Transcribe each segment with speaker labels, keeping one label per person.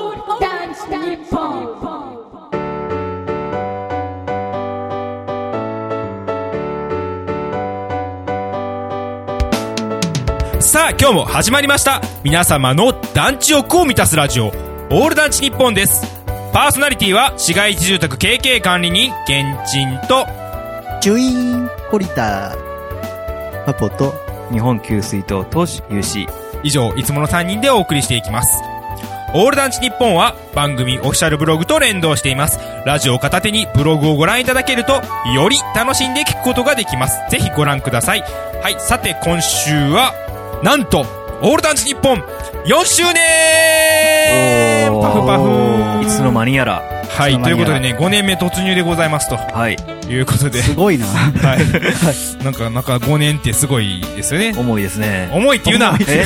Speaker 1: した日本
Speaker 2: さあ今日も始まりました皆様の団地欲を満たすラジオオール団地日本ですパーソナリティは市街地住宅 KK 管理人現人と
Speaker 3: ジュイーンホリターパポと
Speaker 4: 日本給水塔投手 UC
Speaker 2: 以上いつもの3人でお送りしていきますオール団地日本は番組オフィシャルブログと連動していますラジオを片手にブログをご覧いただけるとより楽しんで聞くことができますぜひご覧くださいはいさて今週はなんとオール団地日本4周年
Speaker 4: おー
Speaker 2: パフパフ
Speaker 4: いつの間にやら
Speaker 2: はい
Speaker 3: つ
Speaker 2: い、
Speaker 3: の
Speaker 2: と
Speaker 3: 間
Speaker 2: いうこ
Speaker 3: にや
Speaker 2: とで
Speaker 3: ら
Speaker 2: ね、5年目突入でございますと
Speaker 4: はい
Speaker 2: いうことで、
Speaker 3: す ごいな
Speaker 2: はい。なんか、なんか5年ってすごいですよね。
Speaker 4: 重いですね
Speaker 2: 重いって言うな。
Speaker 4: え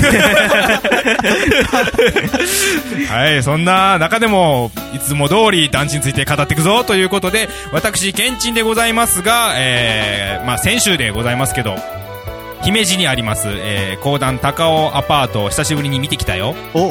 Speaker 2: はい、そんな中でも、いつも通り団地について語っていくぞということで、私、ケンチンでございますが、えー、まあ先週でございますけど、姫路にあります、えー、高段高尾アパートを久しぶりに見てきたよ。
Speaker 3: お
Speaker 4: お
Speaker 3: お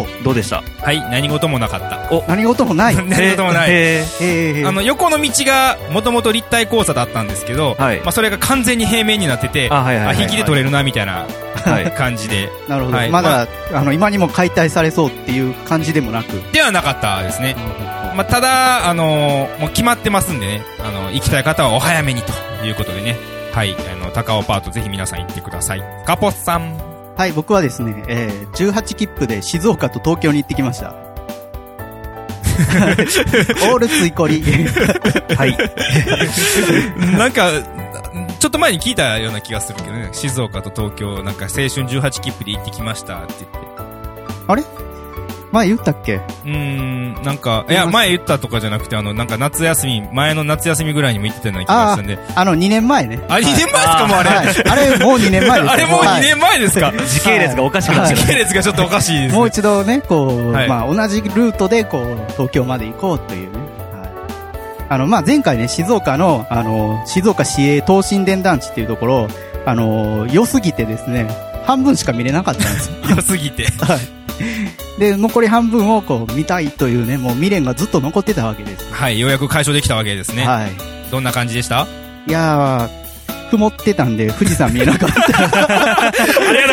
Speaker 4: おどうでした
Speaker 2: はい、何事もなかった。
Speaker 3: 何事もない
Speaker 2: 何事もない。
Speaker 4: え
Speaker 3: えー、
Speaker 2: あの横の道がもともと立体交差だったんですけど、
Speaker 4: はい
Speaker 2: まあ、それが完全に平面になってて、
Speaker 4: あはいはいはいはい
Speaker 2: あ引きで取れるなみたいな
Speaker 4: ーはい
Speaker 2: 感じで、
Speaker 3: なるほど、
Speaker 2: はい
Speaker 3: まだ、あの今にも解体されそうっていう感じでもなく
Speaker 2: ではなかったですね、まあ、ただ、あのーもう決まってますんでね、あの行きたい方はお早めにということでね、はい、あの高尾パート、ぜひ皆さん行ってください。カポさ ん
Speaker 3: はい僕はですね、えー、18切符で静岡と東京に行ってきました オールついこ り
Speaker 4: はい
Speaker 2: なんかちょっと前に聞いたような気がするけどね、静岡と東京、なんか青春18切符で行ってきましたって言って。
Speaker 3: 前言ったっけ
Speaker 2: うーん、なんか、いや、前言ったとかじゃなくて、あの、なんか夏休み、前の夏休みぐらいにも行ってたような気がしたんで。
Speaker 3: あの2年前ね
Speaker 2: あ、2年前ですか、もうあれ。
Speaker 3: はいあれもう2年前で す
Speaker 2: あれもう2
Speaker 3: はい
Speaker 2: 年前ですか。
Speaker 4: 時系列がおかしくなっちゃ
Speaker 2: 時系列がちょっとおかしいです、ね。
Speaker 3: もう一度ね、こう、
Speaker 2: はい
Speaker 3: まあ、同じルートで、こう、東京まで行こうというね。はい。あの、まあ、前回ね、静岡の、あの、静岡市営東神殿団地っていうところ、あの、良すぎてですね、半分しか見れなかったんですよ。
Speaker 2: 良すぎて。
Speaker 3: で、残り半分をこう、見たいというね、もう未練がずっと残ってたわけです。
Speaker 2: はい、ようやく解消できたわけですね。
Speaker 3: はい。
Speaker 2: どんな感じでした
Speaker 3: いやー、曇ってたんで、富士山見えなかった。
Speaker 2: ありがとう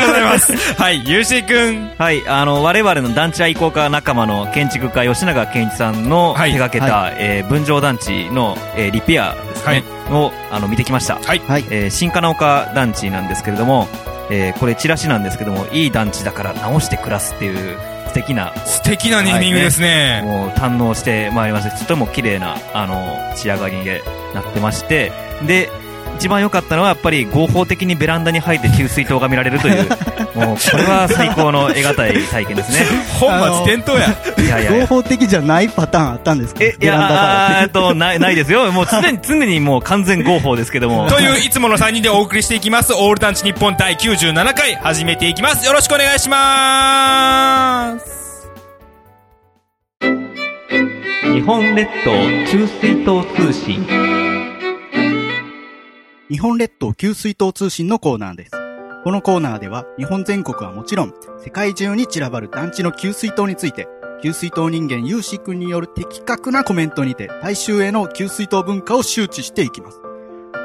Speaker 2: ございます。はい、ゆうしーくん。
Speaker 4: はい、あの、我々の団地愛好家仲間の建築家吉永健一さんの
Speaker 2: はい
Speaker 4: 手掛けた、えー分譲団地の、えーリペアですね、を、あの、見てきました。
Speaker 3: はい。
Speaker 4: えー新金岡団地なんですけれども、えーこれチラシなんですけども、いい団地だから直して暮らすっていう素敵な、
Speaker 2: 素敵なネーミングですね。
Speaker 4: もう堪能してまいりまして、とても綺麗な、あの、仕上がりになってまして、で、一番良かったのはやっぱり合法的にベランダに入って給水塔が見られる という、もうこれは最高の得難い体験ですね。
Speaker 2: 本末転倒や。
Speaker 4: いやいやい
Speaker 3: 合
Speaker 4: や。
Speaker 3: 法的じゃないパターンあったんですか
Speaker 4: え、い
Speaker 3: ベランダから
Speaker 4: や、あーっと、ない、ないですよ。もう常に、常にもう完全合法ですけ ども。
Speaker 2: という、いつもの3人でお送りしていきます。オールタンチ日本第97回、始めていきます。よろしくお願いします。
Speaker 4: 日本列島中水塔通信。
Speaker 3: 日本列島給水塔通信のコーナーです。このコーナーでは日本全国はもちろん世界中に散らばる団地の給水塔について、給水塔人間ゆうしくんによる的確なコメントにて大衆への給水塔文化を周知していきます。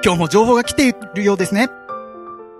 Speaker 3: 今日も情報が来ているようですね。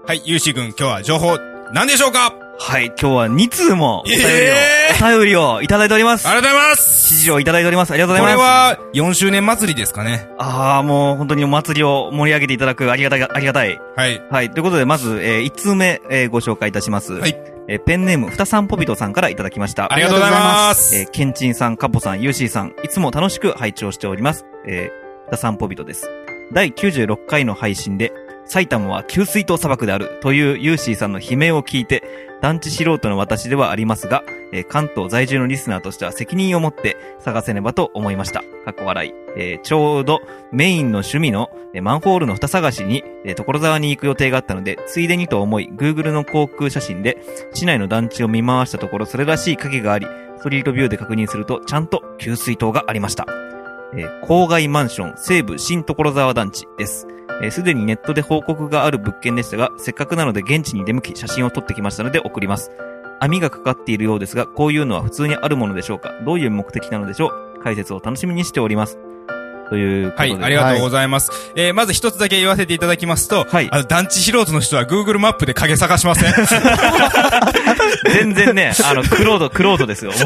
Speaker 2: はい、ゆうしーくん、今日は情報、何でしょうか
Speaker 4: はい、今日は2通もお便りを、
Speaker 2: え
Speaker 4: お便りをいただいております。
Speaker 2: ありがとうございます
Speaker 4: 指示をいただいております。ありがとうご
Speaker 2: こ
Speaker 4: ざ
Speaker 2: れ
Speaker 4: います。
Speaker 2: は4周年祭りですかね。
Speaker 4: ああ、もう本当にお祭りを盛り上げていただくありがたい、ありがたい。
Speaker 2: はい。
Speaker 4: はい、ということでまず、え1通目、えーご紹介いたします。
Speaker 2: はい。
Speaker 4: えーペンネーム、ふたさんぽびとさんからいただきました。
Speaker 2: ありがとうございます。
Speaker 4: えー、ケンチンさん、カポさん、ユーシーさん、いつも楽しく拝聴しております。えー、ダサンポビトです。第96回の配信で、埼玉は給水塔砂漠であるというユーシーさんの悲鳴を聞いて、団地素人の私ではありますが、えー関東在住のリスナーとしては責任を持って探せねばと思いました。かっこ笑い。えーちょうどメインの趣味の、えーマンホールの蓋探しに、えー所沢に行く予定があったので、ついでにと思い、Google の航空写真で、市内の団地を見回したところ、それらしい影があり、ストリートビューで確認すると、ちゃんと給水塔がありました。えー郊外マンション西部新所沢団地です。えーすでにネットで報告がある物件でしたが、せっかくなので現地に出向き写真を撮ってきましたので送ります。網がかかっているようですが、こういうのは普通にあるものでしょうかどういう目的なのでしょう解説を楽しみにしております。というこ
Speaker 2: は
Speaker 4: とで。
Speaker 2: い、ありがとうございます。えーまず一つだけ言わせていただきますと、
Speaker 4: はい
Speaker 2: あの、団地素人の人は Google マップで影探しません。
Speaker 4: 全然ね、あの、クロード、クロードですよ。 もう、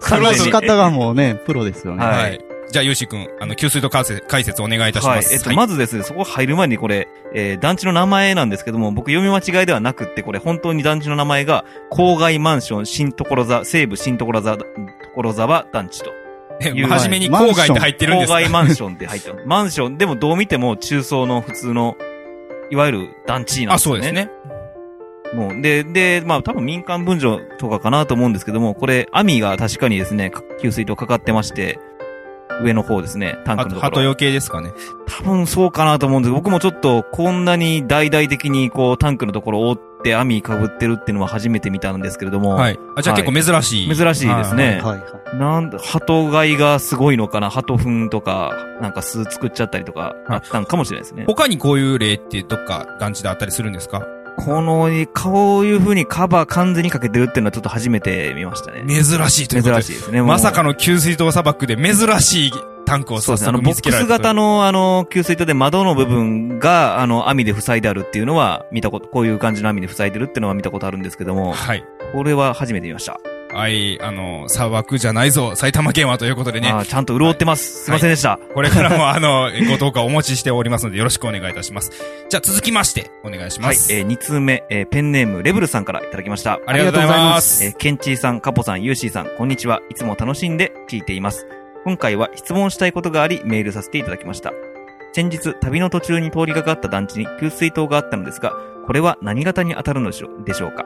Speaker 4: 完
Speaker 3: の
Speaker 4: 全
Speaker 3: 仕
Speaker 4: に。
Speaker 3: 方がもう ね、プロですよね。
Speaker 4: はい
Speaker 2: はい。じゃあ、ゆうしくん、あの、給水と解説解説お願いいたし
Speaker 4: は
Speaker 2: ま
Speaker 4: い。
Speaker 2: す。
Speaker 4: えっと、まずですね、そこ入る前にこれ、えー団地の名前なんですけども、僕読み間違いではなくって、これ本当に団地の名前が、郊外マンション新所沢、西部新所沢、所沢団地と。
Speaker 2: え
Speaker 4: 言う
Speaker 2: 初めに郊外って入ってるんで
Speaker 4: 郊
Speaker 2: すか
Speaker 4: 外マンションって入っ てます。マンション、でもどう見ても中層の普通の、いわゆる団地なん
Speaker 2: あ、
Speaker 4: ですね。
Speaker 2: そうです。ね。
Speaker 4: もう、で、で、まあ多分民間分譲とかかなと思うんですけども、これ、網が確かにですね、給水塔かかってまして、上の方ですね、タンク
Speaker 2: あ
Speaker 4: の
Speaker 2: と、
Speaker 4: とこ
Speaker 2: 鳩
Speaker 4: ろ。
Speaker 2: よけですかね。
Speaker 4: 多分そうかなと思うんですけど、僕もちょっとこんなに大々的にこうタンクのところを覆って網被ってるっていうのは初めて見たんですけれども、
Speaker 2: はい。あ、じゃあ結構珍しい。
Speaker 4: 珍しいですね。
Speaker 3: はいはい。
Speaker 4: なんだ、鳩飼いがすごいのかな鳩糞とか、なんか巣作っちゃったりとか、あったんかもしれないですね。
Speaker 2: 他にこういう例ってどっか団地であったりするんですか
Speaker 4: この、こういう風にカバー完全にかけてるっていうのはちょっと初めて見ましたね。
Speaker 2: 珍しいという
Speaker 4: 珍
Speaker 2: ことで。
Speaker 4: しいですね。もう
Speaker 2: まさかの給水塔砂漠で珍しいタンクを
Speaker 4: そう
Speaker 2: 早
Speaker 4: ですね。あの、
Speaker 2: 速
Speaker 4: ボ
Speaker 2: 見つ
Speaker 4: ック
Speaker 2: けら
Speaker 4: ス
Speaker 2: れた。
Speaker 4: 型の、あの、給水塔で窓の部分が、あの、網で塞いであるっていうのは、見たこと、こういう感じの網で塞いでるっていうのは見たことあるんですけども、
Speaker 2: はい。
Speaker 4: これは初めて見ました。
Speaker 2: はい、あの、砂漠じゃないぞ、埼玉県はということでね、
Speaker 4: あーちゃんと潤ってます。
Speaker 2: はい
Speaker 4: すいませんでした。
Speaker 2: これからもあの、 ご投稿お持ちしておりますので、よろしくお願いいたします。じゃあ続きまして、お願いし
Speaker 4: は
Speaker 2: ま
Speaker 4: い。
Speaker 2: す。
Speaker 4: えー、2通目、えーペンネーム、レブルさんからいただきました。
Speaker 2: ありがとうございます。
Speaker 4: えーケンチーさん、カポさん、ユーシーさん、こんにちは。いつも楽しんで聞いています。今回は質問したいことがあり、メールさせていただきました。先日、旅の途中に通りかかった団地に給水塔があったのですが、これは何型に当たるのでしょうでしょうか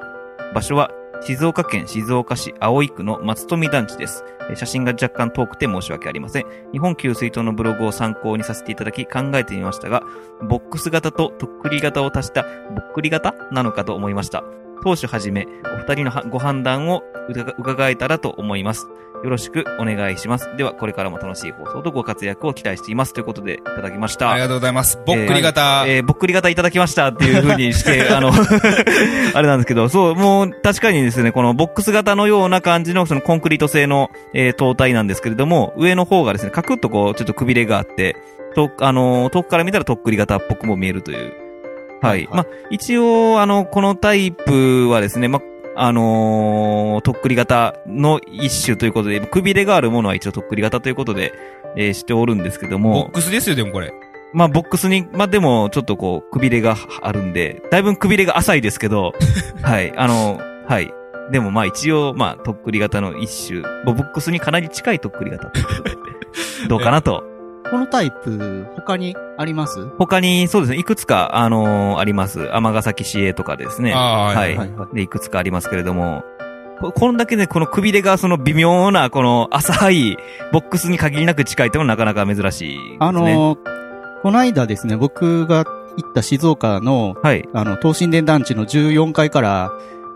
Speaker 4: 場所は、静岡県静岡市葵区の松富団地です。えー写真が若干遠くて申し訳ありません。日本給水塔のブログを参考にさせていただき考えてみましたが、ボックス型ととっくり型を足したぼっくり型なのかと思いました。当初はじめ、お二人のはご判断を伺伺えたらと思います。よろしくお願いします。では、これからも楽しい放送とご活躍を期待しています。ということで、いただきまし
Speaker 2: あり
Speaker 4: た。
Speaker 2: がとうございます。ぼっくり型、
Speaker 4: えー、ぼっくり型いただきましたっていう風に して、あの、あれなんですけど、そう、もう確かにですね、このボックス型のような感じの、そのコンクリート製の、えー、塔体なんですけれども、上の方がですね、カクッとこう、ちょっとくびれがあって、と、あのー遠くから見たらとっくり型っぽくも見えるという。は
Speaker 3: はい
Speaker 4: い。まあ、一応、あの、このタイプはですね、まあ、あのーとっくり型の一種ということで、くびれがあるものは一応とっくり型ということで、えーしておるんですけど
Speaker 2: ボ
Speaker 4: も
Speaker 2: ッ。クスですよ、でもこれ。
Speaker 4: まあ、ボックスに、まあ、でも、ちょっとこう、くびれがはあるんで、だいぶくびれが浅いですけど、はい、あの、はい。でも、まあ、一応、まあ、とっくり型の一種、ボボックスにかなり近いとっくり型ということで、どうかなと。
Speaker 3: このタイプ、他にあります
Speaker 4: 他に、そうですね、いくつか、あのーあります。尼崎市営とかですね。
Speaker 2: ああ、
Speaker 4: はい
Speaker 3: はいは
Speaker 4: で、いくつかありますけれども、ここんだけね、このくびれが、その微妙な、この浅い、ボックスに限りなく近いってのはなかなか珍しいですね。
Speaker 3: あのー、この間ですね、僕が行った静岡の、
Speaker 4: はい。
Speaker 3: あの、東神殿団地の14階から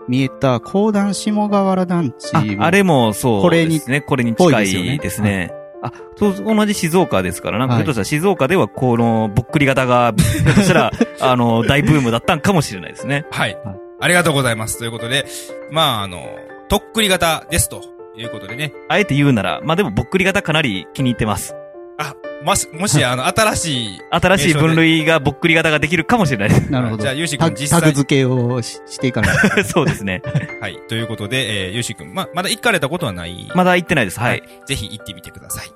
Speaker 3: 見えた、高段下河原団地
Speaker 4: あ
Speaker 3: も
Speaker 4: あれもそう
Speaker 3: これ
Speaker 4: で
Speaker 3: に
Speaker 4: すね。これに
Speaker 3: ぽい
Speaker 4: 近
Speaker 3: ですよね
Speaker 4: いですね。あ、そう、同じ静岡ですから、なんか
Speaker 3: は
Speaker 4: ひ
Speaker 3: い
Speaker 4: ょっとしたら静岡ではこのぼっくり型が、ひょっとしたら、あの、大ブームだったんかもしれないですね。
Speaker 2: はい
Speaker 3: はい。
Speaker 2: ありがとうございます。ということで、まあ、あの、とっくり型ですということでね。
Speaker 4: あえて言うなら、まあでもぼっくり型かなり気に入ってます。
Speaker 2: あ、もし、 もし、あの、新しい、
Speaker 4: 新しい分類がぼっくり型ができるかもしれな いで
Speaker 3: なるほど。
Speaker 2: じゃあ、ゆうしく
Speaker 3: タ
Speaker 2: ん
Speaker 3: グ
Speaker 2: 実
Speaker 3: タ
Speaker 2: 際
Speaker 3: グ
Speaker 2: に、
Speaker 3: 付けをししてい かないと。
Speaker 4: す。そうですね。
Speaker 2: はい。ということで、えー、ゆうしくん、ま、まだ行かれたことはない。
Speaker 4: まだ行ってないです。はい。
Speaker 2: ぜひ行ってみてください。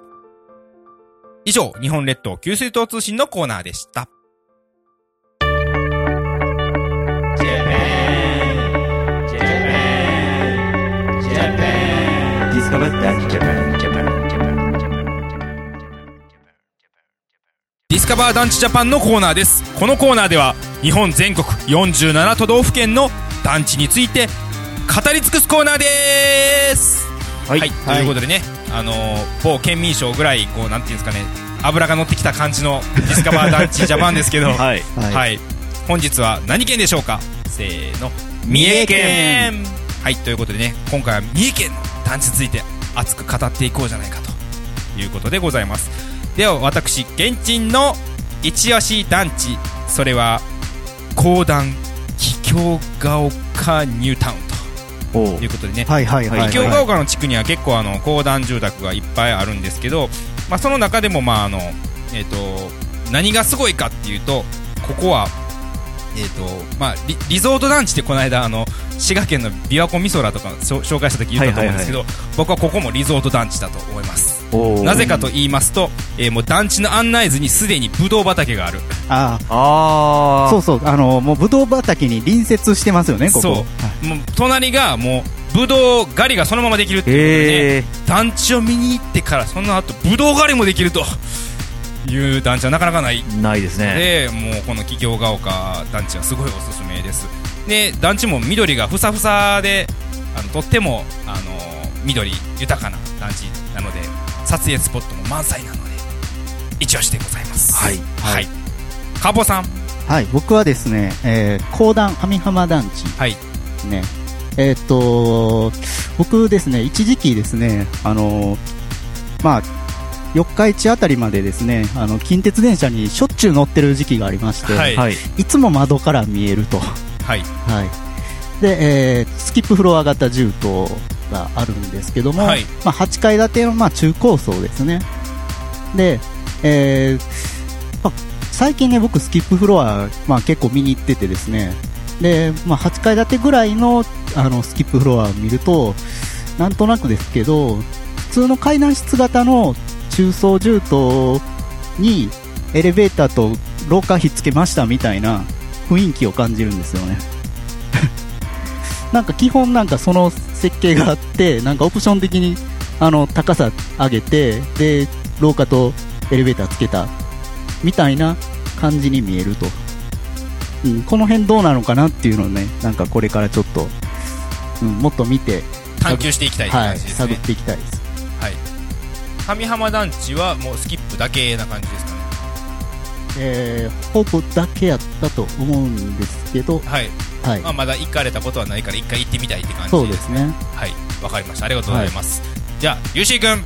Speaker 2: 以上、日本列島給水塔通信のコーナーでした。ディスカバー団地ジャパンのコーナーです。このコーナーでは、日本全国47都道府県の団地について語り尽くすコーナーです。はい、ということでね、あのー某県民賞ぐらい、こう、なんていうんですかね、油が乗ってきた感じのディスカバー団地ジャパンですけ ど、
Speaker 4: はい。
Speaker 2: はい、
Speaker 3: はい。
Speaker 2: 本日は何県でしょうかせーの
Speaker 4: 三重県
Speaker 2: はいということでね今回は三重県の団地について熱く語っていこうじゃないかということでございますでは私現地の一押し団地それは高段秘境が丘ニュータウン
Speaker 3: お
Speaker 2: ということでね、
Speaker 3: はいはいはい、はい。
Speaker 2: 一興が丘の地区には結構あの公団住宅がいっぱいあるんですけど、まあ、その中でもまああの、えっと何がすごいかっていうとここは、えっとまあ、リリゾート団地ってこの間あの滋賀県の琵琶湖美空とかしょ紹介した時言ったと思うんですけど、僕はここもリゾート団地だと思います
Speaker 4: おー
Speaker 2: なぜかと言いますと、えーもう団地の案内図にすでにブドウ畑がある
Speaker 3: あ
Speaker 4: あ
Speaker 3: あ、
Speaker 4: あ
Speaker 3: そうそう、あの、もうブドウ畑に隣接してますよね、ここ。
Speaker 2: そう
Speaker 3: はい
Speaker 2: もう隣がもうブドウ狩りがそのままできるっていうことで、ね
Speaker 4: へえ
Speaker 2: 団地を見に行ってからその後ブドウ狩りもできるという団地はなかなかない
Speaker 4: ないです
Speaker 2: の
Speaker 4: ね
Speaker 2: で、もうこの企業が丘団地はすごいおすすめですで団地も緑がふさふさであのとってもあの緑豊かな団地なので撮影スポットも満載なので一押しでございます
Speaker 4: はい
Speaker 2: はいカボさん
Speaker 3: はい、僕はですね、えー、高段網浜団地
Speaker 2: はい
Speaker 3: ですね。えーっと、僕ですね、一時期ですね、あの、まあ、四日市あたりまでですね、あの、近鉄電車にしょっちゅう乗ってる時期がありまして、
Speaker 2: はい
Speaker 4: はい
Speaker 3: いつも窓から見えると。
Speaker 2: はい
Speaker 3: はい。で、えースキップフロア型住棟があるんですけども、
Speaker 2: はい
Speaker 3: まあ、8階建ての、まあ、中高層ですね。で、えーまあ最近ね、僕スキップフロア、まあ、結構見に行っててですね、で、まあ、8階建てぐらいのあのスキップフロアを見ると、なんとなくですけど、普通の階段室型の中層住棟にエレベーターと廊下ひっつけましたみたいな雰囲気を感じるんですよね。なんか基本なんかその設計があって、なんかオプション的にあの高さ上げて、で、廊下とエレベーターつけたみたいな感じに見えると。うん、この辺どうなのかなっていうのをね、なんかこれからちょっと、うん、もっと見て、
Speaker 2: 探求していきたいって
Speaker 3: は
Speaker 2: 感
Speaker 3: い、
Speaker 2: じです
Speaker 3: 探
Speaker 2: ね
Speaker 3: っていきたいです。
Speaker 2: はい上浜団地はもうスキップだけな感じですかね
Speaker 3: えー、ほぼだけやったと思うんですけど、
Speaker 2: はい
Speaker 3: はい
Speaker 2: まあ、。まだ行かれたことはないから一回行ってみたいって感じ
Speaker 3: そうですね。
Speaker 2: はいわかりましたありがとうございます、じゃあゆうしーくん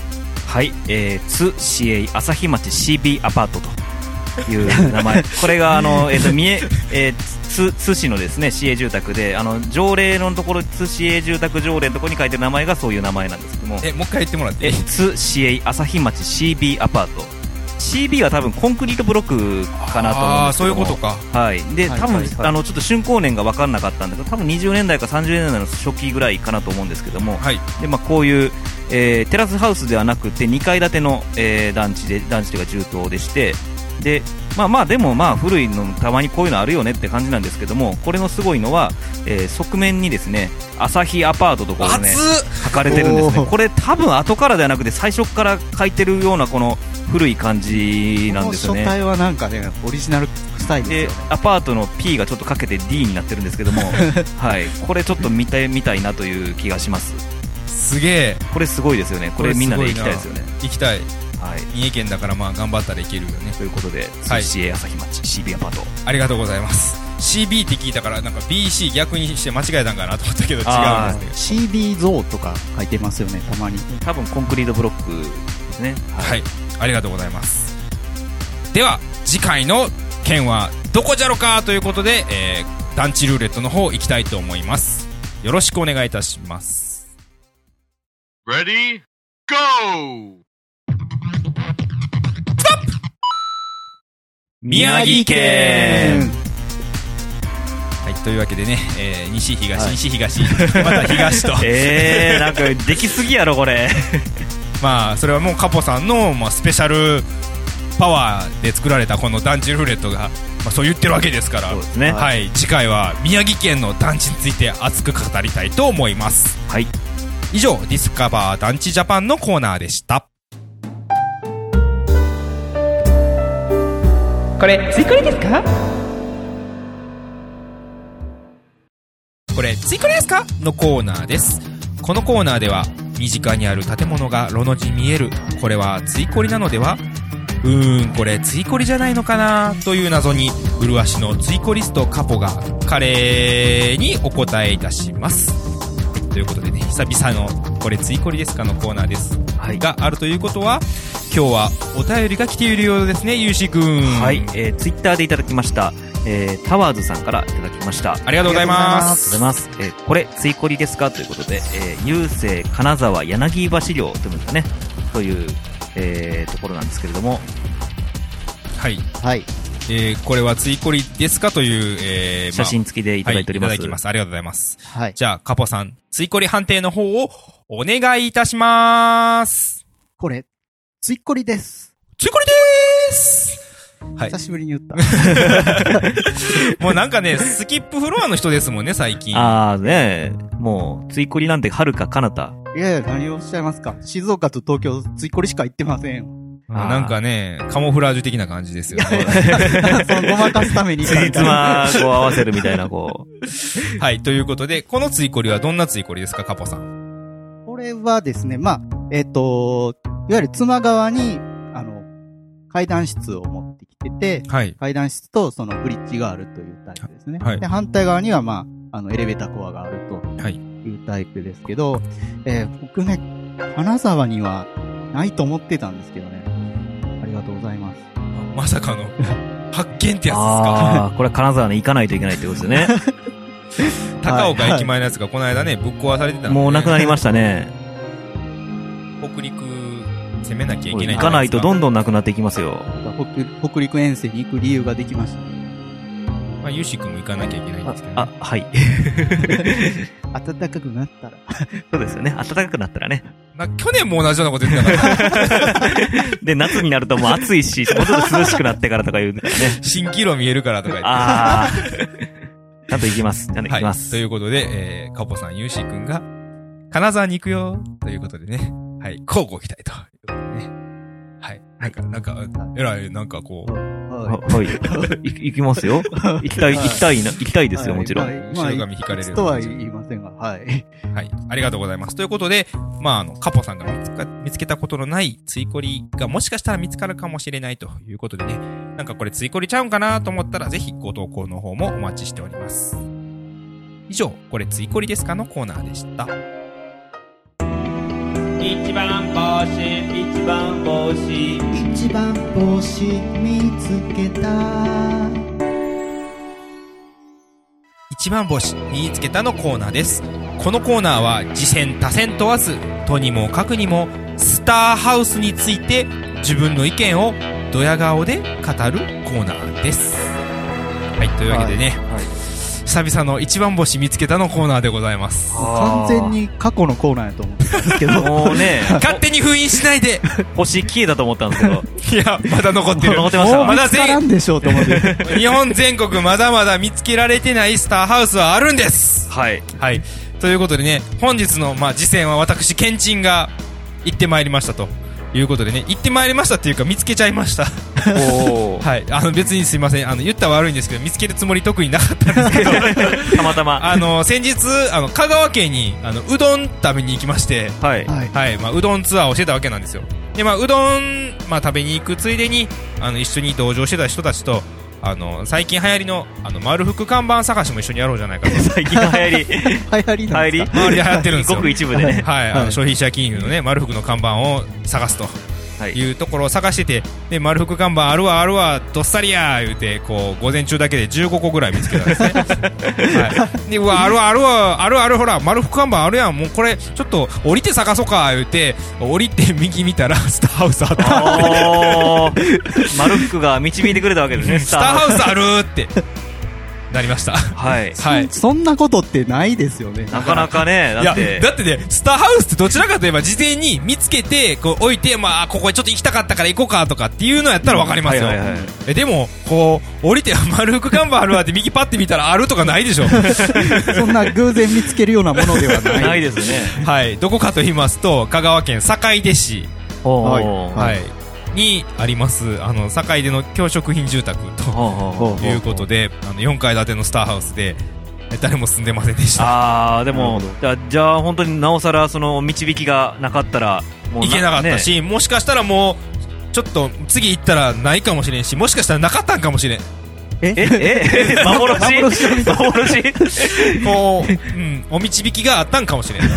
Speaker 4: はいえー津市営朝日町 CB アパートという 名前これがあの、えーと三重えー津津市のですね市営住宅であの条例のところ津市営住宅条例のところに書いてる名前がそういう名前なんですけども
Speaker 2: えもう一回言ってもらってい
Speaker 4: え
Speaker 2: い
Speaker 4: 津市営朝日町 CB アパート CB は多分コンクリートブロックかなと思うん
Speaker 2: あ
Speaker 4: で
Speaker 2: あ
Speaker 4: す
Speaker 2: そ
Speaker 4: け
Speaker 2: うい
Speaker 4: ど
Speaker 2: う
Speaker 4: も
Speaker 2: ことか
Speaker 4: はい、で、
Speaker 3: はい
Speaker 4: 多分、
Speaker 3: はいはい
Speaker 4: あのちょっと竣工年が分かんなかったんだけど、多分20年代か30年代の初期ぐらいかなと思うんですけども、
Speaker 2: はい
Speaker 4: でまあ、こういう、えーテラスハウスではなくて、2階建ての、えー団地で、団地というか、住棟でして、でまあまあ、でもまあ古いの、たまにこういうのあるよねって感じなんですけども、これのすごいのは、えー側面にですね朝日アパートとこう
Speaker 2: 熱っ
Speaker 4: ね、書かれてるんです
Speaker 3: お
Speaker 4: ね、
Speaker 3: ー
Speaker 4: これ、多分後からではなくて、最初から書いてるような、この古い感じなんですよね。
Speaker 3: この書体はなんかね、オリジナル臭いです
Speaker 4: で
Speaker 3: よね。
Speaker 4: アパートの P がちょっとかけて D になってるんですけど も、はい、これちょっと見たい見たいなという気がします
Speaker 2: すげえ
Speaker 4: これすごいですよねこれみんなで行きたいですよね
Speaker 2: 行きたい
Speaker 4: はい
Speaker 2: 三重県だからまあ頑張ったらいけるよね
Speaker 4: ということで
Speaker 2: はい
Speaker 4: 寿司屋朝日町 CB アパート
Speaker 2: ありがとうございます CB って聞いたからなんか BC 逆にして間違えたんかなと思ったけど違
Speaker 4: あ
Speaker 2: う
Speaker 4: ー
Speaker 2: んですね
Speaker 3: CB ゾーとか書いてますよね、たまに。
Speaker 4: 多分コンクリートブロックですね
Speaker 2: はい、ありがとうございますでは次回の件はどこじゃろかということで、えー団地ルーレットの方行きたいと思いますよろしくお願いいたします
Speaker 5: Ready? Go!
Speaker 2: 宮城県はい、というわけでね、えー西東、
Speaker 4: はい、
Speaker 2: 西東、また東と
Speaker 4: えー、なんかできすぎやろこれ
Speaker 2: まあ、それはもうカポさんの、まあ、スペシャルパワーで作られたこの団地ルーレットが、まあ、そう言ってるわけですから、
Speaker 4: そうですね
Speaker 2: はい、次回は宮城県の団地について熱く語りたいと思います。
Speaker 4: はい
Speaker 2: 以上、ディスカバー団地ジャパンのコーナーでした。
Speaker 6: これ追加ですか
Speaker 2: これ、追加ですかのコーナーです。このコーナーでは、身近にある建物がロの字見える、これは追コリなのではうーん、これ追コリじゃないのかなという謎に、麗しの追コリストカポが、彼にお答えいたします。ということでね、久々の、これ追コリですかのコーナーです。
Speaker 4: はい
Speaker 2: があるということは、今日はお便りが来ているようですね、ゆうしくん。
Speaker 4: はい、えー、ツイッターでいただきました、えータワーズさんからいただきました。
Speaker 2: ありがとうございま
Speaker 4: あり
Speaker 2: す。
Speaker 4: がとうございます。えーこれ、追コリですかということで、えー、郵政金沢柳橋領というんですかね、という、えーところなんですけれども、
Speaker 2: はい。
Speaker 6: はい。
Speaker 2: えーこれはツイコリですかという、えーま
Speaker 4: 写
Speaker 2: あ
Speaker 4: 真付きでいただいております。
Speaker 2: はい、いただきます。ありがとうございます。
Speaker 6: はい。
Speaker 2: じゃあ、カポさん、ツイコリ判定の方をお願いいたします。
Speaker 3: これ、ついっこりです。
Speaker 2: ツイコリでーすはい
Speaker 3: 久。しぶりに言った。
Speaker 2: もうなんかね、スキップフロアの人ですもんね、最近。
Speaker 4: あーねえもう、追コリなんて遥か彼方。
Speaker 3: いやいや、何をおっしゃいますか。静岡と東京、ついっこりしか行ってませんよ。
Speaker 2: あーなんかね、カモフラージュ的な感じですよね。
Speaker 3: そのごまかすために行
Speaker 4: つ
Speaker 3: った
Speaker 4: じ
Speaker 3: ん
Speaker 4: つ
Speaker 3: だ。
Speaker 4: まこう合わせるみたいな、こう。
Speaker 2: はい、ということで、このツイコリはどんなツイコリですか、カポさん。
Speaker 3: これはですね、まあ、えっ、と、いわゆる妻側に、あの、階段室を持ってきてて、
Speaker 2: はい。
Speaker 3: 階段室とそのブリッジがあるというタイプですね。
Speaker 2: はい
Speaker 3: で、反対側には、まあ、あの、エレベーターコアがあると
Speaker 2: はい
Speaker 3: いうタイプですけど、えー僕ね、金沢にはないと思ってたんですけどね。ありがとうございます。
Speaker 2: まさかの、発見ってやつですか。
Speaker 4: ああ、これは金沢に行かないといけないってことですよね。
Speaker 2: 高岡駅前のやつがこの間ね、ぶっ壊されてたんで
Speaker 4: もうなくなりましたね。
Speaker 2: 北陸、攻めなきゃいけない
Speaker 4: 行かないとど
Speaker 2: ん
Speaker 4: んどんなくなっていきますよ。
Speaker 3: 北北陸遠征に行く理由ができました。
Speaker 2: どん。まあ、ゆしくんも行かなきゃいけないん
Speaker 4: あ
Speaker 2: ですけど、ね。
Speaker 4: あ、はい。
Speaker 3: 暖かくなったら。
Speaker 4: そうですよね。暖かくなったらね。
Speaker 2: まあ、去年も同じようなこと言ってたから、
Speaker 4: で、夏になるともう暑いし、もうちょっと涼しくなってからとか言うんですね。
Speaker 2: 新キロ見えるからとか言って。
Speaker 4: ああ。ちゃんと行きます。ちゃんと行
Speaker 2: は
Speaker 4: きま
Speaker 2: い。
Speaker 4: す。
Speaker 2: ということで、えー、カポさん、ユーシーくんが、金沢に行くよ、ということでね。はい。交互期待と。いうことでね。はい。なんか、なんか、えらい、なんかこう、
Speaker 3: は
Speaker 4: ははい。い行きますよ。行きたい、行きたいな、行きたい
Speaker 3: い
Speaker 4: ですよ、もちろん。
Speaker 3: ん
Speaker 2: 後ろ髪引かれるような
Speaker 3: とは言いませんが、はい。
Speaker 2: はい。ありがとうございます。ということで、まあ、あの、カポさんが見つか、見つけたことのないツイコリがもしかしたら見つかるかもしれないということでね、なんかこれツイコリちゃうんかなと思ったら、ぜひご投稿の方もお待ちしております。以上、これツイコリですかのコーナーでした。
Speaker 7: 一番星一番星
Speaker 8: 一番星見つけた
Speaker 2: 一番星見つけたのコーナーですこのコーナーは次戦他戦問わずとにもかくにもスターハウスについて自分の意見をドヤ顔で語るコーナーですはいというわけでね、久々の一番星見つけたのコーナーでございます
Speaker 3: 完全に過去のコーナーやと思ってたんですけど、
Speaker 4: もうね、
Speaker 2: 勝手に封印しないで
Speaker 4: 星消えたと思ったんですけど。
Speaker 2: いやまだ残ってる
Speaker 4: 残ってまし た
Speaker 2: まだ
Speaker 3: 見つから
Speaker 2: 全
Speaker 3: んでしょうと思って。
Speaker 2: 日本全国まだまだ見つけられてないスターハウスはあるんです
Speaker 4: はい。
Speaker 2: はい。ということでね、本日の、まあ、次戦は私、ケンチンが行ってまいりましたと。いうことでね、行ってまいりましたっていうか見つけちゃいました。
Speaker 4: おー
Speaker 2: はい。あの別にすいません。あの言ったは悪いんですけど、見つけるつもり特になかったんですけど、
Speaker 4: たまたま。
Speaker 2: あの、先日、あの、香川県に、あの、うどん食べに行きまして、
Speaker 4: はい。
Speaker 3: はい。
Speaker 2: はい。まあ、うどんツアーをしてたわけなんですよ。で、まあ、うどん、まあ、食べに行くついでに、あの、一緒に同乗してた人たちと、あの、最近流行りの、あの、丸福看板探しも一緒にやろうじゃないか と。
Speaker 4: 最近 の流行り。
Speaker 3: 流行りなん
Speaker 4: 流
Speaker 3: で
Speaker 4: 行
Speaker 3: す
Speaker 2: 周りで流行ってるんで
Speaker 4: り。
Speaker 2: すよ
Speaker 4: ご。く一部でね。
Speaker 2: はい、あの
Speaker 3: はい
Speaker 2: 消費者金融のね、丸福の看板を探すと
Speaker 4: はい
Speaker 2: いうところを探してて、で、丸福看板あるわあるわ、どっさりやー言うて、こう、午前中だけで15個ぐらい見つけたんです ね。はい。で、うわ、あるわあるわ、あるあるほら、丸福看板あるやん、もうこれ、ちょっと降りて探そうか言うて、降りて右見たら、 スターハウスあった。
Speaker 4: おー。マルフクが導いてくれたわけです ね、
Speaker 2: スターハウスあるーって、なりました。
Speaker 4: ス。はい。
Speaker 2: は
Speaker 3: か
Speaker 2: い。
Speaker 3: そんなことってないですよね。
Speaker 4: なかなかね、
Speaker 2: い
Speaker 4: だ
Speaker 2: や
Speaker 4: って。
Speaker 2: だってね、スターハウスってどちらかといえば事前に見つけて、こう置いて、まあ、ここへちょっと行きたかったから行こうかとかっていうのやったらわかりますよ。
Speaker 4: はいはいはい
Speaker 2: え、でも、こう、降りて、丸福看板あるわって右パッて見たらあるとかないでしょ。
Speaker 3: そんな偶然見つけるようなものではない。
Speaker 4: ないですね。
Speaker 2: はい。どこかと言いますと、香川県坂出市、
Speaker 4: お
Speaker 3: はい
Speaker 4: ー
Speaker 2: はい、にあります、あの、坂出の教職品住宅
Speaker 4: ほうほうほう
Speaker 2: ということで、あの、4階建てのスターハウスで、え誰も住んでませんでした。
Speaker 4: あーでもじゃあじゃあ本当になおさらその導きがなかったらもう
Speaker 2: 行けなかった
Speaker 4: ね
Speaker 2: し、もしかしたらもう、ちょっと次行ったらないかもしれんし、もしかしたらなかったんかもしれん。
Speaker 4: え ええ幻幻
Speaker 2: こう、うん、お導きがあったんかもしれない。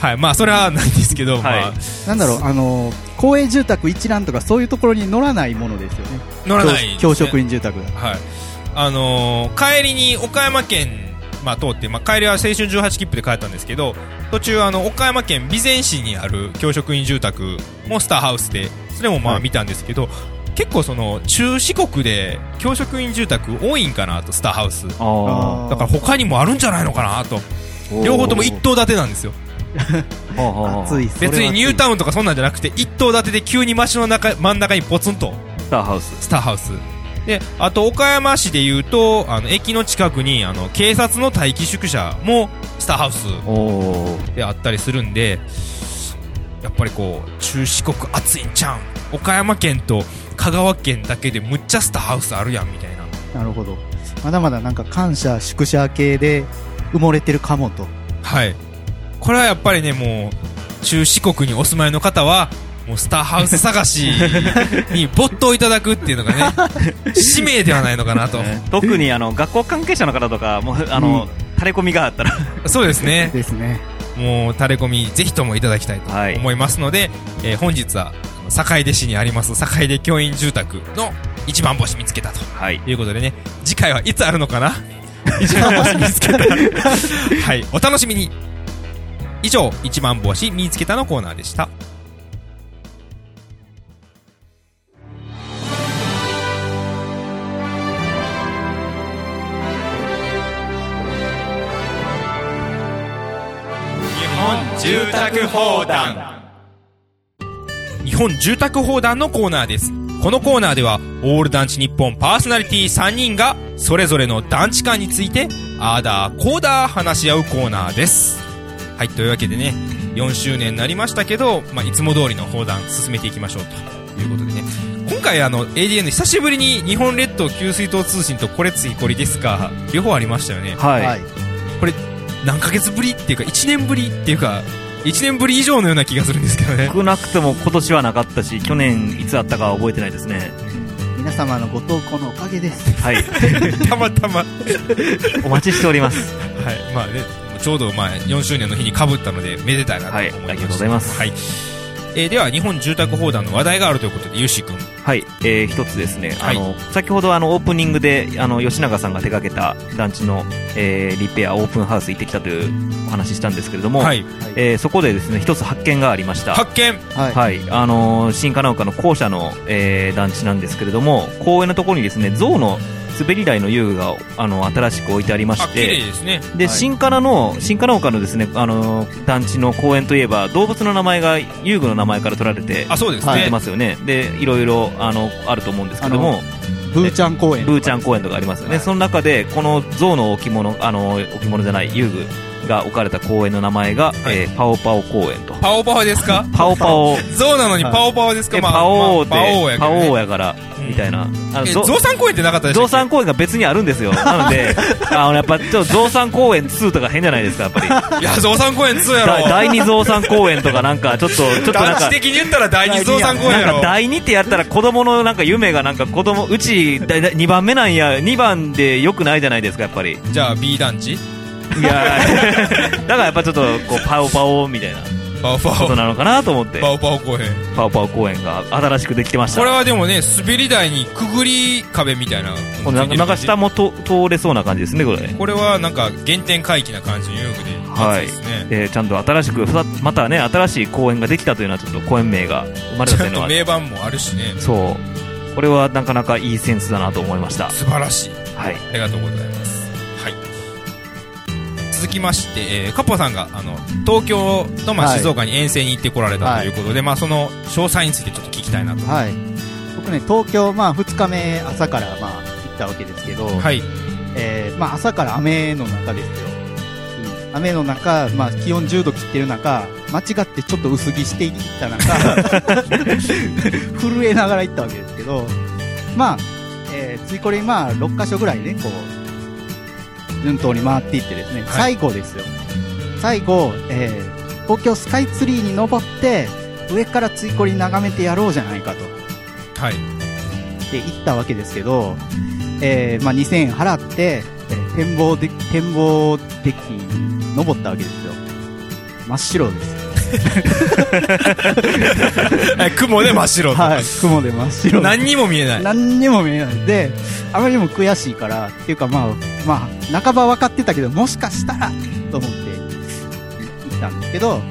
Speaker 2: はい、まあ、それはないんですけど、
Speaker 4: はい
Speaker 2: まあ、
Speaker 3: なんだろう、あの、公営住宅一覧とかそういうところに乗らないものですよね。
Speaker 2: 乗らない、
Speaker 3: 教教職員住宅が。
Speaker 2: はい。あのー帰りに岡山県、まあ、通って、まあ、帰りは青春18切符で帰ったんですけど、途中、あの、岡山県備前市にある教職員住宅、モンスターハウスで、それもまあ
Speaker 3: はい
Speaker 2: 見たんですけど、結構その、中四国で教職員住宅多いんかなと、スターハウス。だ
Speaker 4: あ
Speaker 3: あー
Speaker 2: から他にもあるんじゃないのかなと。
Speaker 4: あ。
Speaker 2: 両方とも一棟建てなんですよ。
Speaker 4: はあはあはあ。
Speaker 3: 暑い。
Speaker 2: 別にニュー
Speaker 3: ン。
Speaker 2: タウンとかそんなんじゃなくて、一棟建てで急に街の中、真ん中にポツンと。
Speaker 4: スターハウス。
Speaker 2: スターハウスであと岡山市でいうとあの駅の近くにあの警察の待機宿舎もスターハウス
Speaker 4: おお。
Speaker 2: であったりするんでやっぱりこう中四国暑いんちゃうん岡山県と香川県だけでむっちゃスターハウスあるやんみたいな
Speaker 3: なるほど。まだまだなんか感謝、宿舎系で埋もれてるかもと。
Speaker 2: はいこれはやっぱりねもう中四国にお住まいの方はもうスターハウス探しに没頭いただくっていうのがね使命ではないのかなと
Speaker 4: 特にあの、学校関係者の方とか、もう、あの、垂れ込みがあったら。
Speaker 2: そうですね
Speaker 3: ですね。
Speaker 2: もうタレコミぜひともいただきたいと
Speaker 4: はい
Speaker 2: 思いますので、えー本日はあの坂出市にあります坂出教員住宅の一番星見つけたと
Speaker 4: はい。
Speaker 2: いうことでね次回はいつあるのかな一番星見つけたはいお楽しみに以上一番星見つけたのコーナーでした住宅放談日本住宅放談のコーナーですこのコーナーではオール団地日本パーソナリティ3人がそれぞれの団地間についてあーだーこーだー話し合うコーナーですはいというわけでね4周年になりましたけど、まあ、いつも通りの放談進めていきましょうということでね今回あの ADN 久しぶりに日本列島給水塔通信とこれついこりですか両方ありましたよね
Speaker 4: は
Speaker 3: はい
Speaker 4: い。
Speaker 2: 何ヶ月ぶりっていうか1年ぶりっていうか1年ぶり以上のような気がするんですけどね
Speaker 4: 少なくとも今年はなかったし、去年いつあったかは覚えてないですね。
Speaker 3: 皆様のご投稿のおかげです。
Speaker 4: はい。
Speaker 2: たまたま
Speaker 4: お待ちしております。
Speaker 2: はい、まあね、ちょうどまあ4周年の日にかぶったので、めでたいなと思いました、
Speaker 4: はいありがとうございます
Speaker 2: はいえーでは、日本住宅砲弾の話題があるということで、ゆうしーくん。
Speaker 4: はい、えー一つですね、
Speaker 2: はい
Speaker 4: あの先ほどあのオープニングであの吉永さんが手掛けた団地の、えーリペアオープンハウス行ってきたというお話ししたんですけれども、
Speaker 2: はい、
Speaker 4: えーそこでですね一つ発見がありました。
Speaker 2: 発見
Speaker 3: はい。
Speaker 4: はいあのー新神奈川の校舎の、えー団地なんですけれども公園のところにですね象の滑り台の遊具があの新しく置いてありま
Speaker 2: あ
Speaker 4: し、
Speaker 2: 綺麗
Speaker 4: て
Speaker 2: ですね。
Speaker 4: で、
Speaker 3: はい
Speaker 4: 新神奈の新神奈川のですね、あのー団地の公園といえば動物の名前が遊具の名前から取られて
Speaker 2: あ、そうですね。
Speaker 3: は
Speaker 4: やって
Speaker 2: は
Speaker 4: ますよね、でいろいろあのあると思うんですけども、
Speaker 3: ブーちゃん公園。
Speaker 4: ブーちゃん公園とかありますよね、
Speaker 3: はい
Speaker 4: その中でこの象の置物あの置物じゃない遊具が置かれた公園の名前が、
Speaker 2: はい
Speaker 4: えーパオパオ公園と、
Speaker 2: パオパオですか
Speaker 4: パオパオ、
Speaker 2: ゾウなのにパオパオですか、
Speaker 4: え
Speaker 2: まあ、
Speaker 4: パオー
Speaker 2: まあパオー
Speaker 4: で、
Speaker 2: やけ
Speaker 4: パ
Speaker 2: ど
Speaker 4: オ
Speaker 2: ね
Speaker 4: ーやから、みたいな、あの
Speaker 2: え
Speaker 4: ゾ
Speaker 2: ゾウさん公園ってなかったでし
Speaker 4: ゾ
Speaker 2: た
Speaker 4: ウ
Speaker 2: っけ
Speaker 4: さん公園が別にあるんですよ、なの で、あのやっぱちょっとゾウさん公園2とか変じゃないですか、や っぱり、
Speaker 2: いや、ゾウさん公園2や
Speaker 4: だ
Speaker 2: ろ。
Speaker 4: 第2ゾウさん公園とか、なんかちょっと、ちょっとなん
Speaker 2: 団
Speaker 4: か
Speaker 2: 地。的に言ったら第二ゾウさん公園
Speaker 4: な
Speaker 2: や
Speaker 4: んか
Speaker 2: ろ。
Speaker 4: 第2ってやったら子供のなんか夢がなんか子供うちだ2番目なんや2番でよくないじゃないですかやっぱり
Speaker 2: じゃあ B 団地
Speaker 4: いや ーだからやっぱちょっとこうパオパオみたいな
Speaker 2: パオパ
Speaker 4: こと
Speaker 2: オ。
Speaker 4: なのかなと思って
Speaker 2: パオパオ公園。
Speaker 4: パオパオ公園が新しくできてました
Speaker 2: これはでもね、滑り台にくぐり壁みたいな。
Speaker 4: これなんかなんか下もと通れそうな感じですねこれ
Speaker 2: これはなんか原点回帰な感じの遊具で、
Speaker 4: はい
Speaker 2: ですね。
Speaker 4: でちゃんと新しくふたまたね新しい公園ができたというのはちょっと公園名が生まれ
Speaker 2: ち
Speaker 4: たと
Speaker 2: ゃ
Speaker 4: いうんの
Speaker 2: と
Speaker 4: は
Speaker 2: 名盤もあるし ね、
Speaker 4: そうこれはなかなかいいセンスだなと思いました
Speaker 2: 素晴らしい。
Speaker 4: はい
Speaker 2: ありがとうございます。はい。続きまして、えー、カッポさんが、あの、東京と、まあ、
Speaker 3: はい
Speaker 2: 静岡に遠征に行ってこられた
Speaker 3: は
Speaker 2: と
Speaker 3: い
Speaker 2: いうことで、まあ、その、詳細についてちょっと聞きたいなと。は
Speaker 3: はい。僕ね、東京、まあ、2日目朝から、まあ、行ったわけですけど、
Speaker 2: い。
Speaker 3: えーまあ、朝から雨の中ですよ。うん雨の中、まあ、気温10度切ってる中、間違ってちょっと薄着していった中、 震えながら行ったわけですけど、まあ、えー、ついこれ、まあ、6箇所ぐらいね、こう、順当に回っていってですね、
Speaker 2: は
Speaker 3: 最後ですよ。最後、えー東京スカイツリーに登って、上からついこり眺めてやろうじゃないかと。
Speaker 2: はい。
Speaker 3: で行ったわけですけど、えーまあ、2000円払って、えー展望で展望デッキに登ったわけですよ真っ白です
Speaker 2: え雲で真っ白と。
Speaker 3: はい、 雲で真っ白
Speaker 2: 何にも見えない。
Speaker 3: 何にも見えないであまりにも悔しいからっていうかまあまあ半ば分かってたけどもしかしたらと思って行ったんですけど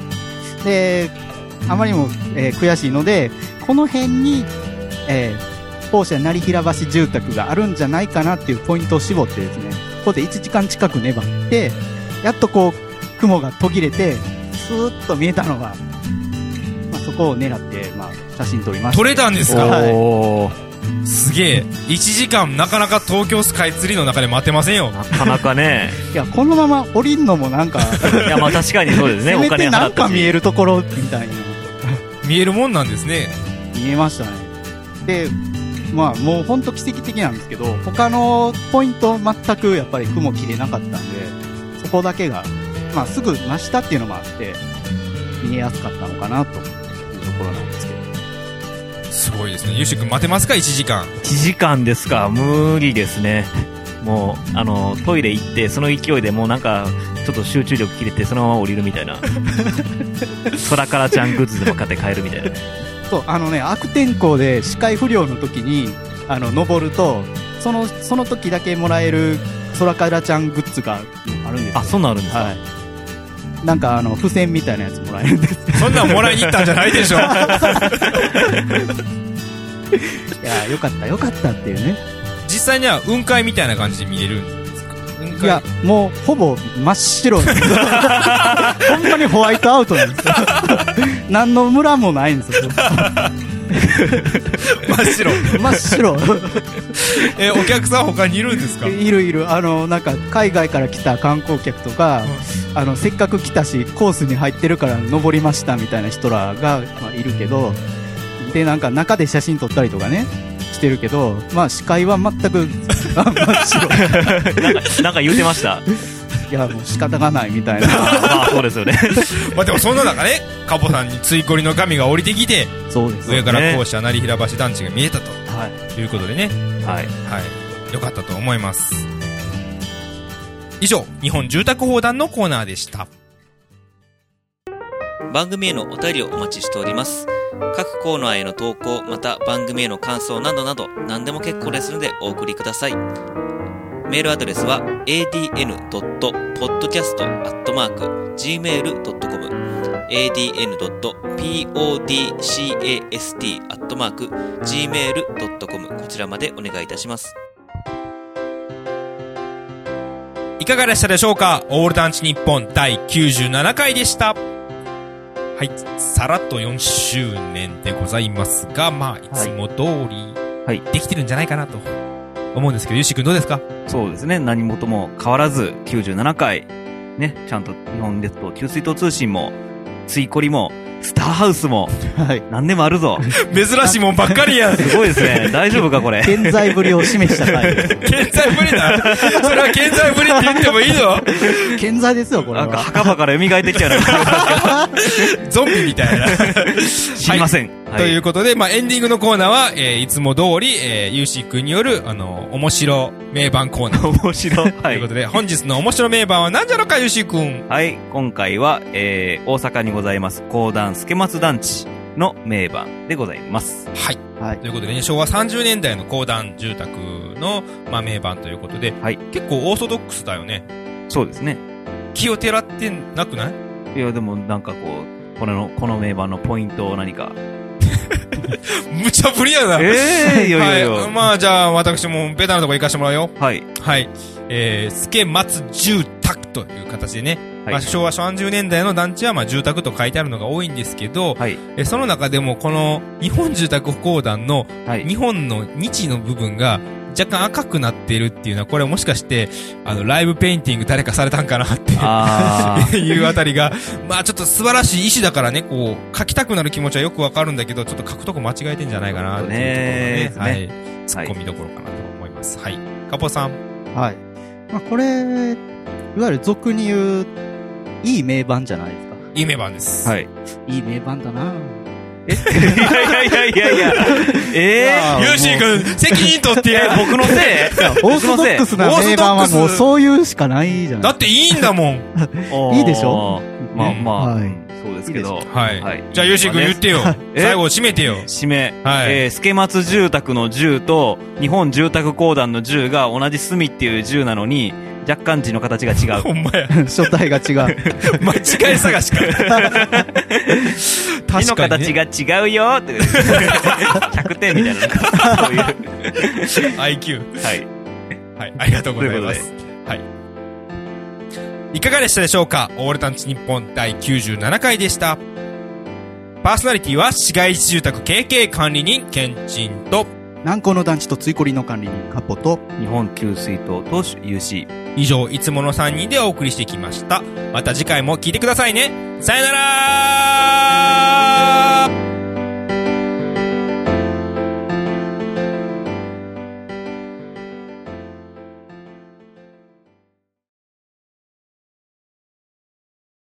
Speaker 3: であまりにも、えー悔しいのでこの辺に、えー、校舎成平橋住宅があるんじゃないかなっていうポイントを絞ってですねここで1時間近く粘ってやっとこう雲が途切れてスーッと見えたのが、まあ、そこを狙って、まあ、写真撮りました
Speaker 2: 撮れたんですか
Speaker 3: はい
Speaker 4: おー
Speaker 2: すげえ。1時間なかなか東京スカイツリーの中で待てませんよ。
Speaker 4: なかな かね。
Speaker 3: いや、このまま降りんのもなん か、
Speaker 4: いや、まあ確かにそうですね。
Speaker 3: せ
Speaker 4: お
Speaker 3: め
Speaker 4: 金
Speaker 3: て
Speaker 4: 払
Speaker 3: な
Speaker 4: っ
Speaker 3: ん
Speaker 4: た
Speaker 3: か
Speaker 4: し。
Speaker 3: 見えるところみたいな。
Speaker 2: 見えるもんなんですね。
Speaker 3: 見えましたね。で、まあもうほんと奇跡的なんですけど、他のポイント全くやっぱり雲切れなかったんで、そこだけが、まあすぐ真下っていうのもあって、見えやすかったのかなというところなんですけど。
Speaker 2: すごいですね。ゆうしくん待てますか ?1 時間。
Speaker 4: 1時間ですか無理ですねもうあのトイレ行ってその勢いでもうなんかちょっと集中力切れてそのまま降りるみた いな空からちゃんグッズでも買って帰るみたいな
Speaker 3: そう、あのね、悪天候で視界不良の時に、あの、登ると、その、その時だけもらえる空からちゃんグッズがあるんですよ
Speaker 4: あそんなんあるんですか、
Speaker 3: はい。なんかあの、付箋みたいなやつもらえるんですけ
Speaker 2: そんなんもらいに行ったんじゃないでしょ。
Speaker 3: ど。いや、よかった、よかったっていうね。
Speaker 2: 実際には雲海みたいな感じで見えるんですか雲海
Speaker 3: いや、もう、ほぼ真っ 白です。ほんまにホワイトアウトなん ですよ。何のムラもないんですよ。
Speaker 2: 真っ白。
Speaker 3: 真っ白。
Speaker 2: え、お客さん他にいるんですか
Speaker 3: いるいる。あの、なんか、海外から来た観光客とか、あの、せっかく来たし、コースに入ってるから登りましたみたいな人らが、まあ、いるけど、で、なんか中で写真撮ったりとかね、してるけど、まあ視界は全 く、あ真っ白。
Speaker 4: なんか言うてました
Speaker 3: いや、もう仕方がないみたい な。
Speaker 4: まあそうです よね
Speaker 2: まあでもそんな中ね、カポさんに追いこりの神が降りてきて、
Speaker 3: そうです。
Speaker 2: 上から校舎成平橋団地が見えたと
Speaker 3: はい。
Speaker 2: いうことでね、
Speaker 4: はい
Speaker 2: はい、よかったと思います。以上、日本住宅砲弾のコーナーでした。
Speaker 6: 番組へのお便りをお待ちしております各コーナーへの投稿また番組への感想などなど何でも結構ですのでお送りくださいメールアドレスは adn.podcast.gmail.com adn.podcast.gmail.com こちらまでお願いいたします
Speaker 2: いかがでしたでしょうかオール団地日本第97回でした。はい、さらっと4周年でございますが、まあ、いつも通り、
Speaker 4: はい
Speaker 2: できてるんじゃないかなと思うんですけど、ゆうしくんどうですか
Speaker 4: そうですね何事も変わらず97回ねちゃんと日本列島給水塔通信もついこりもスターハウスも
Speaker 3: はい。
Speaker 4: 何でもあるぞ
Speaker 2: 珍しいもんばっかり やん。
Speaker 4: すごいですね大丈夫かこれ
Speaker 3: 健在ぶりを示した回です
Speaker 2: 健在ぶりだ。それは健在ぶりって言ってもいいの
Speaker 3: 健在ですよ、これ
Speaker 4: なんか
Speaker 3: は。
Speaker 4: 墓場から蘇ってきたような
Speaker 2: ゾンビみたいな。
Speaker 4: 知りません、は
Speaker 2: ということで、まあ、エンディングのコーナーは、えーいつも通り、えー、ゆうしーくんによる、あの、面白名盤コーナー。
Speaker 4: 面白い。
Speaker 2: ということで、本日の面白名盤は何じゃろか、ゆうしーくん。
Speaker 4: はい、今回は、えー、大阪にございます、高段助松団地の名盤でございます。
Speaker 2: はい。
Speaker 3: はい
Speaker 2: ということでね、昭和30年代の公団住宅の、まあ、名盤ということで、
Speaker 4: はい
Speaker 2: 結構オーソドックスだよね。
Speaker 4: そうですね。
Speaker 2: 気をてらってなくない
Speaker 4: いや、でもなんかこう、この、この名盤のポイントを何か。
Speaker 2: 無茶ぶりやな。
Speaker 4: えー、いやいやいや。
Speaker 2: はい。まあ、じゃあ、私もベタなとこ行かしてもらうよ。
Speaker 4: はい。
Speaker 2: はい。えー、助松住宅という形でね、
Speaker 4: はい
Speaker 2: まあ、昭和30年代の団地はまあ住宅と書いてあるのが多いんですけど、
Speaker 4: はい。
Speaker 2: えその中でもこの日本住宅歩行団の
Speaker 4: はい。
Speaker 2: 日本の日の部分が若干赤くなってるっていうのは、これもしかして、あの、ライブペインティング誰かされたんかなって
Speaker 4: あ ー。
Speaker 2: いうあたりが、まあちょっと素晴らしい意志だからね、こう、書きたくなる気持ちはよくわかるんだけど、ちょっと書くとこ間違えてんじゃないかなっていうところがね、はい、ツッコミどころかなと思います。はい。カポさん。
Speaker 3: はい。まあ、これ、いわゆる俗に言う、いい名盤じゃないですか。
Speaker 2: 夢版です。
Speaker 4: はい。
Speaker 3: いい名盤だな
Speaker 4: えいやいやいやいや
Speaker 3: い
Speaker 4: え
Speaker 3: や
Speaker 4: ー、
Speaker 2: ユーシー君、責任取 って
Speaker 4: いや
Speaker 2: や
Speaker 4: 僕のせい
Speaker 3: オーソドックスな名盤はもうそういうしかないじゃない
Speaker 2: だっていいんだもん。
Speaker 4: おー
Speaker 3: いいでしょ
Speaker 4: まあまあ、
Speaker 3: はい
Speaker 4: うんそうですけど。
Speaker 2: はい。
Speaker 4: はい
Speaker 2: じゃあ、ヨシ君言ってよ。
Speaker 4: え
Speaker 2: 最後、締めてよ。
Speaker 4: 締め、
Speaker 2: はい
Speaker 4: えー、スケマツ住宅の銃と、日本住宅公団の銃が同じ隅っていう銃なのに、若干字の形が違う。
Speaker 2: ほんまや。
Speaker 3: 書体が違う。
Speaker 2: 間違い探しか。
Speaker 4: 字の
Speaker 2: 確かに、
Speaker 4: 形
Speaker 2: ね。
Speaker 4: が違うよーって。100点みたいななんか。そういう。
Speaker 2: IQ。
Speaker 4: はい。
Speaker 2: はい、ありがとうございます。はい。いかがでしたでしょうかオールタンチ日本第97回でした。パーソナリティは市街地住宅 KK 管理人、ケンチンと、
Speaker 3: 南高の団地と追こりの管理人、カポと、
Speaker 4: 日本給水塔投手 UC。
Speaker 2: 以上、いつもの3人でお送りしてきました。また次回も聞いてくださいね。さよなら